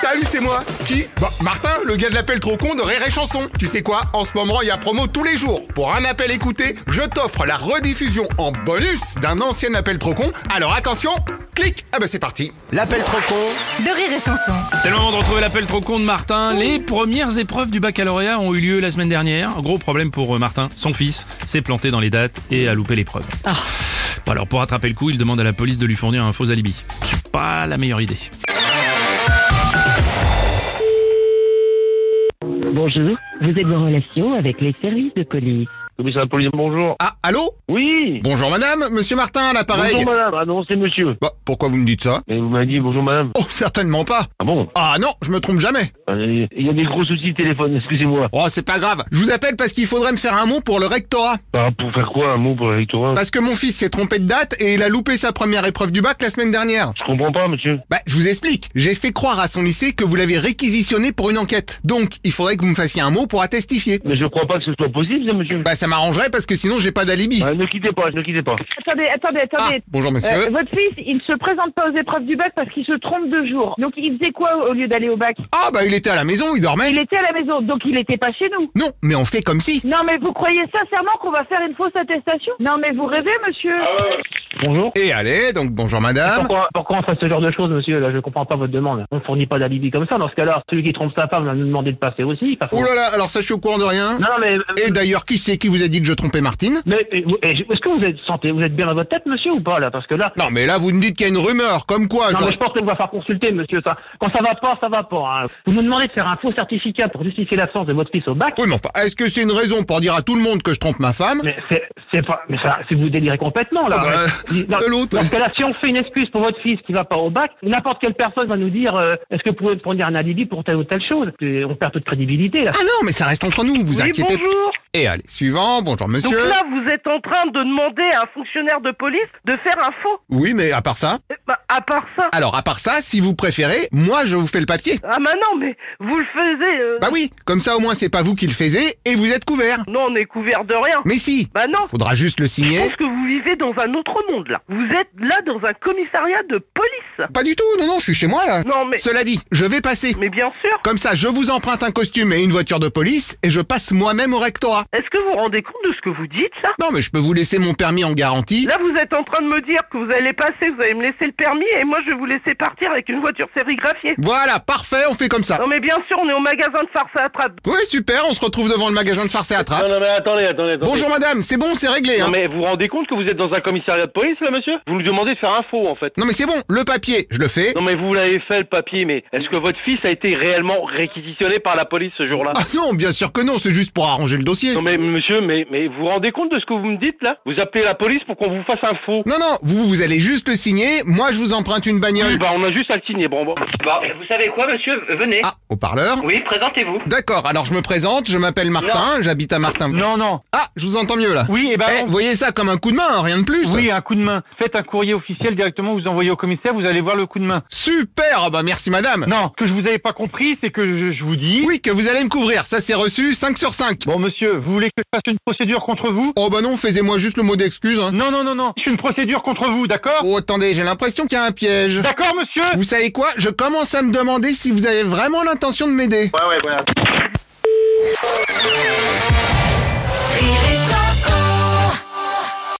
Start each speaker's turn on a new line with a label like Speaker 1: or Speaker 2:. Speaker 1: Salut, c'est moi. Qui Bah, Martin, le gars de l'appel trop con de Rire et Chanson. Tu sais quoi En ce moment, il y a promo tous les jours. Pour un appel écouté, je t'offre la rediffusion en bonus d'un ancien appel trop con. Alors attention, clique. Ah bah c'est parti.
Speaker 2: L'appel trop con
Speaker 3: de rire et chanson.
Speaker 4: C'est le moment de retrouver l'appel trop con de Martin. Les premières épreuves du baccalauréat ont eu lieu la semaine dernière. Gros problème pour euh, Martin, son fils s'est planté dans les dates et a loupé l'épreuve. Bon, Alors pour rattraper le coup, il demande à la police de lui fournir un faux alibi. C'est pas la meilleure idée.
Speaker 5: Bonjour, vous êtes en relation avec les services de colis.
Speaker 6: Oui, c'est un policier, bonjour.
Speaker 1: Ah, allô
Speaker 6: Oui
Speaker 1: Bonjour madame, monsieur Martin à l'appareil.
Speaker 6: Bonjour madame, ah non, c'est monsieur.
Speaker 1: Bah, pourquoi vous me dites ça
Speaker 6: Mais vous m'avez dit bonjour madame.
Speaker 1: Oh, certainement pas.
Speaker 6: Ah bon
Speaker 1: Ah non, je me trompe jamais.
Speaker 6: Euh, Il y a des gros soucis de téléphone, excusez-moi.
Speaker 1: Oh, c'est pas grave. Je vous appelle parce qu'il faudrait me faire un mot pour le rectorat.
Speaker 6: Bah, pour faire quoi, un mot pour l'électorat
Speaker 1: Parce que mon fils s'est trompé de date et il a loupé sa première épreuve du bac la semaine dernière.
Speaker 6: Je comprends pas, monsieur.
Speaker 1: Bah, je vous explique. J'ai fait croire à son lycée que vous l'avez réquisitionné pour une enquête. Donc, il faudrait que vous me fassiez un mot pour attestifier.
Speaker 6: Mais je crois pas que ce soit possible, ça, monsieur.
Speaker 1: Bah, ça m'arrangerait parce que sinon j'ai pas d'alibi.
Speaker 6: Ah, ne quittez pas, ne quittez pas.
Speaker 7: Attendez, attendez,
Speaker 1: Ah,
Speaker 7: attendez.
Speaker 1: bonjour monsieur.
Speaker 7: Euh, votre fils, il se présente pas aux épreuves du bac parce qu'il se trompe de jour. Donc il faisait quoi au lieu d'aller au bac
Speaker 1: Ah, bah, il était à la maison, il dormait.
Speaker 7: Il était à la maison, donc il était pas chez nous.
Speaker 1: Non, mais on fait comme si.
Speaker 7: Non mais vous croyez sincèrement qu'on va faire une fausse attestation Non mais vous rêvez, monsieur.
Speaker 6: Bonjour.
Speaker 1: Et allez, donc bonjour madame.
Speaker 6: Pourquoi, pourquoi on fait ce genre de choses, monsieur Là, je comprends pas votre demande. On fournit pas d'alibi comme ça. Dans ce cas-là, celui qui trompe sa femme va nous demander de passer aussi. parce que-
Speaker 1: Oh là là, alors ça je suis au courant de rien.
Speaker 6: Non, non, mais.
Speaker 1: Et d'ailleurs, qui c'est qui vous a dit que je trompais Martine
Speaker 6: mais mais vous- eh, est-ce que vous êtes sentez, vous êtes bien dans votre tête, monsieur, ou pas là Parce que là,
Speaker 1: Non mais là vous me dites qu'il y a une rumeur, comme quoi
Speaker 6: Non,
Speaker 1: Ah, je-
Speaker 6: mais je pense qu'elle va faire consulter, monsieur. Ça. Quand ça va pas, ça va pas. hein. Vous nous demandez de faire un faux certificat pour justifier l'absence de votre fils au bac.
Speaker 1: Oui mais enfin, est-ce que c'est une raison pour dire à tout le monde que je trompe ma femme
Speaker 6: Mais c'est, c'est pas, mais ça, si vous délirez complètement, là.
Speaker 1: Ah bah,
Speaker 6: Dis-
Speaker 1: de l'autre.
Speaker 6: Parce que là, si on fait une excuse pour votre fils qui va pas au bac, n'importe quelle personne va nous dire, euh, est-ce que vous pouvez prendre un alibi pour telle ou telle chose? Et on perd toute crédibilité, là.
Speaker 1: Ah non, mais ça reste entre nous, vous
Speaker 8: Oui,
Speaker 1: inquiétez pas.
Speaker 8: bonjour.
Speaker 1: Et allez, suivant, bonjour
Speaker 8: Donc
Speaker 1: monsieur.
Speaker 8: là, vous êtes en train de demander à un fonctionnaire de police de faire un faux.
Speaker 1: Oui, mais à part ça.
Speaker 8: Eh ben, à part ça.
Speaker 1: Alors, à part ça, si vous préférez, moi je vous fais le papier.
Speaker 8: Ah, bah non, mais vous le faisiez. euh,
Speaker 1: Bah oui, comme ça au moins c'est pas vous qui le faisiez et vous êtes couvert.
Speaker 8: Non, on est couvert de rien.
Speaker 1: Mais si,
Speaker 8: Bah non.
Speaker 1: faudra juste le
Speaker 8: Je
Speaker 1: signer.
Speaker 8: pense que vous vivez dans un autre monde, là. Vous êtes là dans un commissariat de police.
Speaker 1: Pas du tout, non, non, je suis chez moi là.
Speaker 8: Non, mais.
Speaker 1: Cela dit, je vais passer.
Speaker 8: Mais bien sûr.
Speaker 1: Comme ça, je vous emprunte un costume et une voiture de police et je passe moi-même au rectorat.
Speaker 8: Est-ce que vous vous rendez compte de ce que vous dites, ça
Speaker 1: Non, mais je peux vous laisser mon permis en garantie.
Speaker 8: Là, vous êtes en train de me dire que vous allez passer, vous allez me laisser le permis et moi, je vais vous laisser partir avec une voiture sérigraphiée.
Speaker 1: Voilà, parfait, on fait comme ça.
Speaker 8: Non, mais bien sûr, on est au magasin de farce à attrape.
Speaker 1: Oui, super, on se retrouve devant le magasin de farce et attrape.
Speaker 6: non, mais attendez, attendez, attendez.
Speaker 1: Bonjour madame, c'est bon, c'est réglé. Hein.
Speaker 6: mais vous vous rendez compte que vous êtes dans un commissariat de police, là, monsieur? Vous nous demandez de faire un faux, en fait.
Speaker 1: Non mais c'est bon, le papier, je le fais.
Speaker 6: Non, mais vous l'avez fait, le papier, mais est-ce que votre fils a été réellement réquisitionné par la police ce jour-là?
Speaker 1: Ah non, bien sûr que non, c'est juste pour arranger le dossier.
Speaker 6: Non mais monsieur, mais, mais vous vous rendez compte de ce que vous me dites là Vous appelez la police pour qu'on vous fasse un faux.
Speaker 1: Non, non, vous, vous allez juste le signer, moi je vous emprunte une
Speaker 6: Oui,
Speaker 1: bagnole.
Speaker 6: bah on a juste à le signer, bon, bon.
Speaker 9: Bon, Eh, vous savez quoi, monsieur Venez.
Speaker 1: Ah, au parleur
Speaker 9: Oui, présentez-vous.
Speaker 1: D'accord, alors je me présente, je m'appelle Martin, j'habite à Martin.
Speaker 10: Non, non.
Speaker 1: Ah, je vous entends mieux là.
Speaker 10: Oui, eh ben,
Speaker 1: Eh,
Speaker 10: on-
Speaker 1: voyez ça comme un coup de main, hein, rien de plus.
Speaker 10: oui, un coup de main. Faites un courrier officiel directement, vous envoyez au commissaire, vous allez voir le coup de main.
Speaker 1: Super, ah bah merci madame.
Speaker 10: Non, ce que je vous avais pas compris, c'est que je, je vous dis.
Speaker 1: Oui, que vous allez me couvrir, ça c'est reçu, 5 sur 5.
Speaker 10: Bon, monsieur, vous voulez que je fasse une procédure contre vous
Speaker 1: Oh bah non, faisez-moi juste le mot d'excuse. Hein.
Speaker 10: Non, non, non, non. Je fais une procédure contre vous, d'accord
Speaker 1: Oh attendez, j'ai l'impression qu'il y a un piège.
Speaker 10: D'accord, monsieur
Speaker 1: Vous savez quoi Je commence à me demander si vous avez vraiment l'intention de m'aider.
Speaker 6: Ouais ouais voilà.